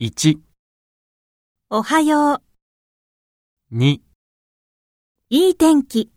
1、おはよう。 2、いい天気。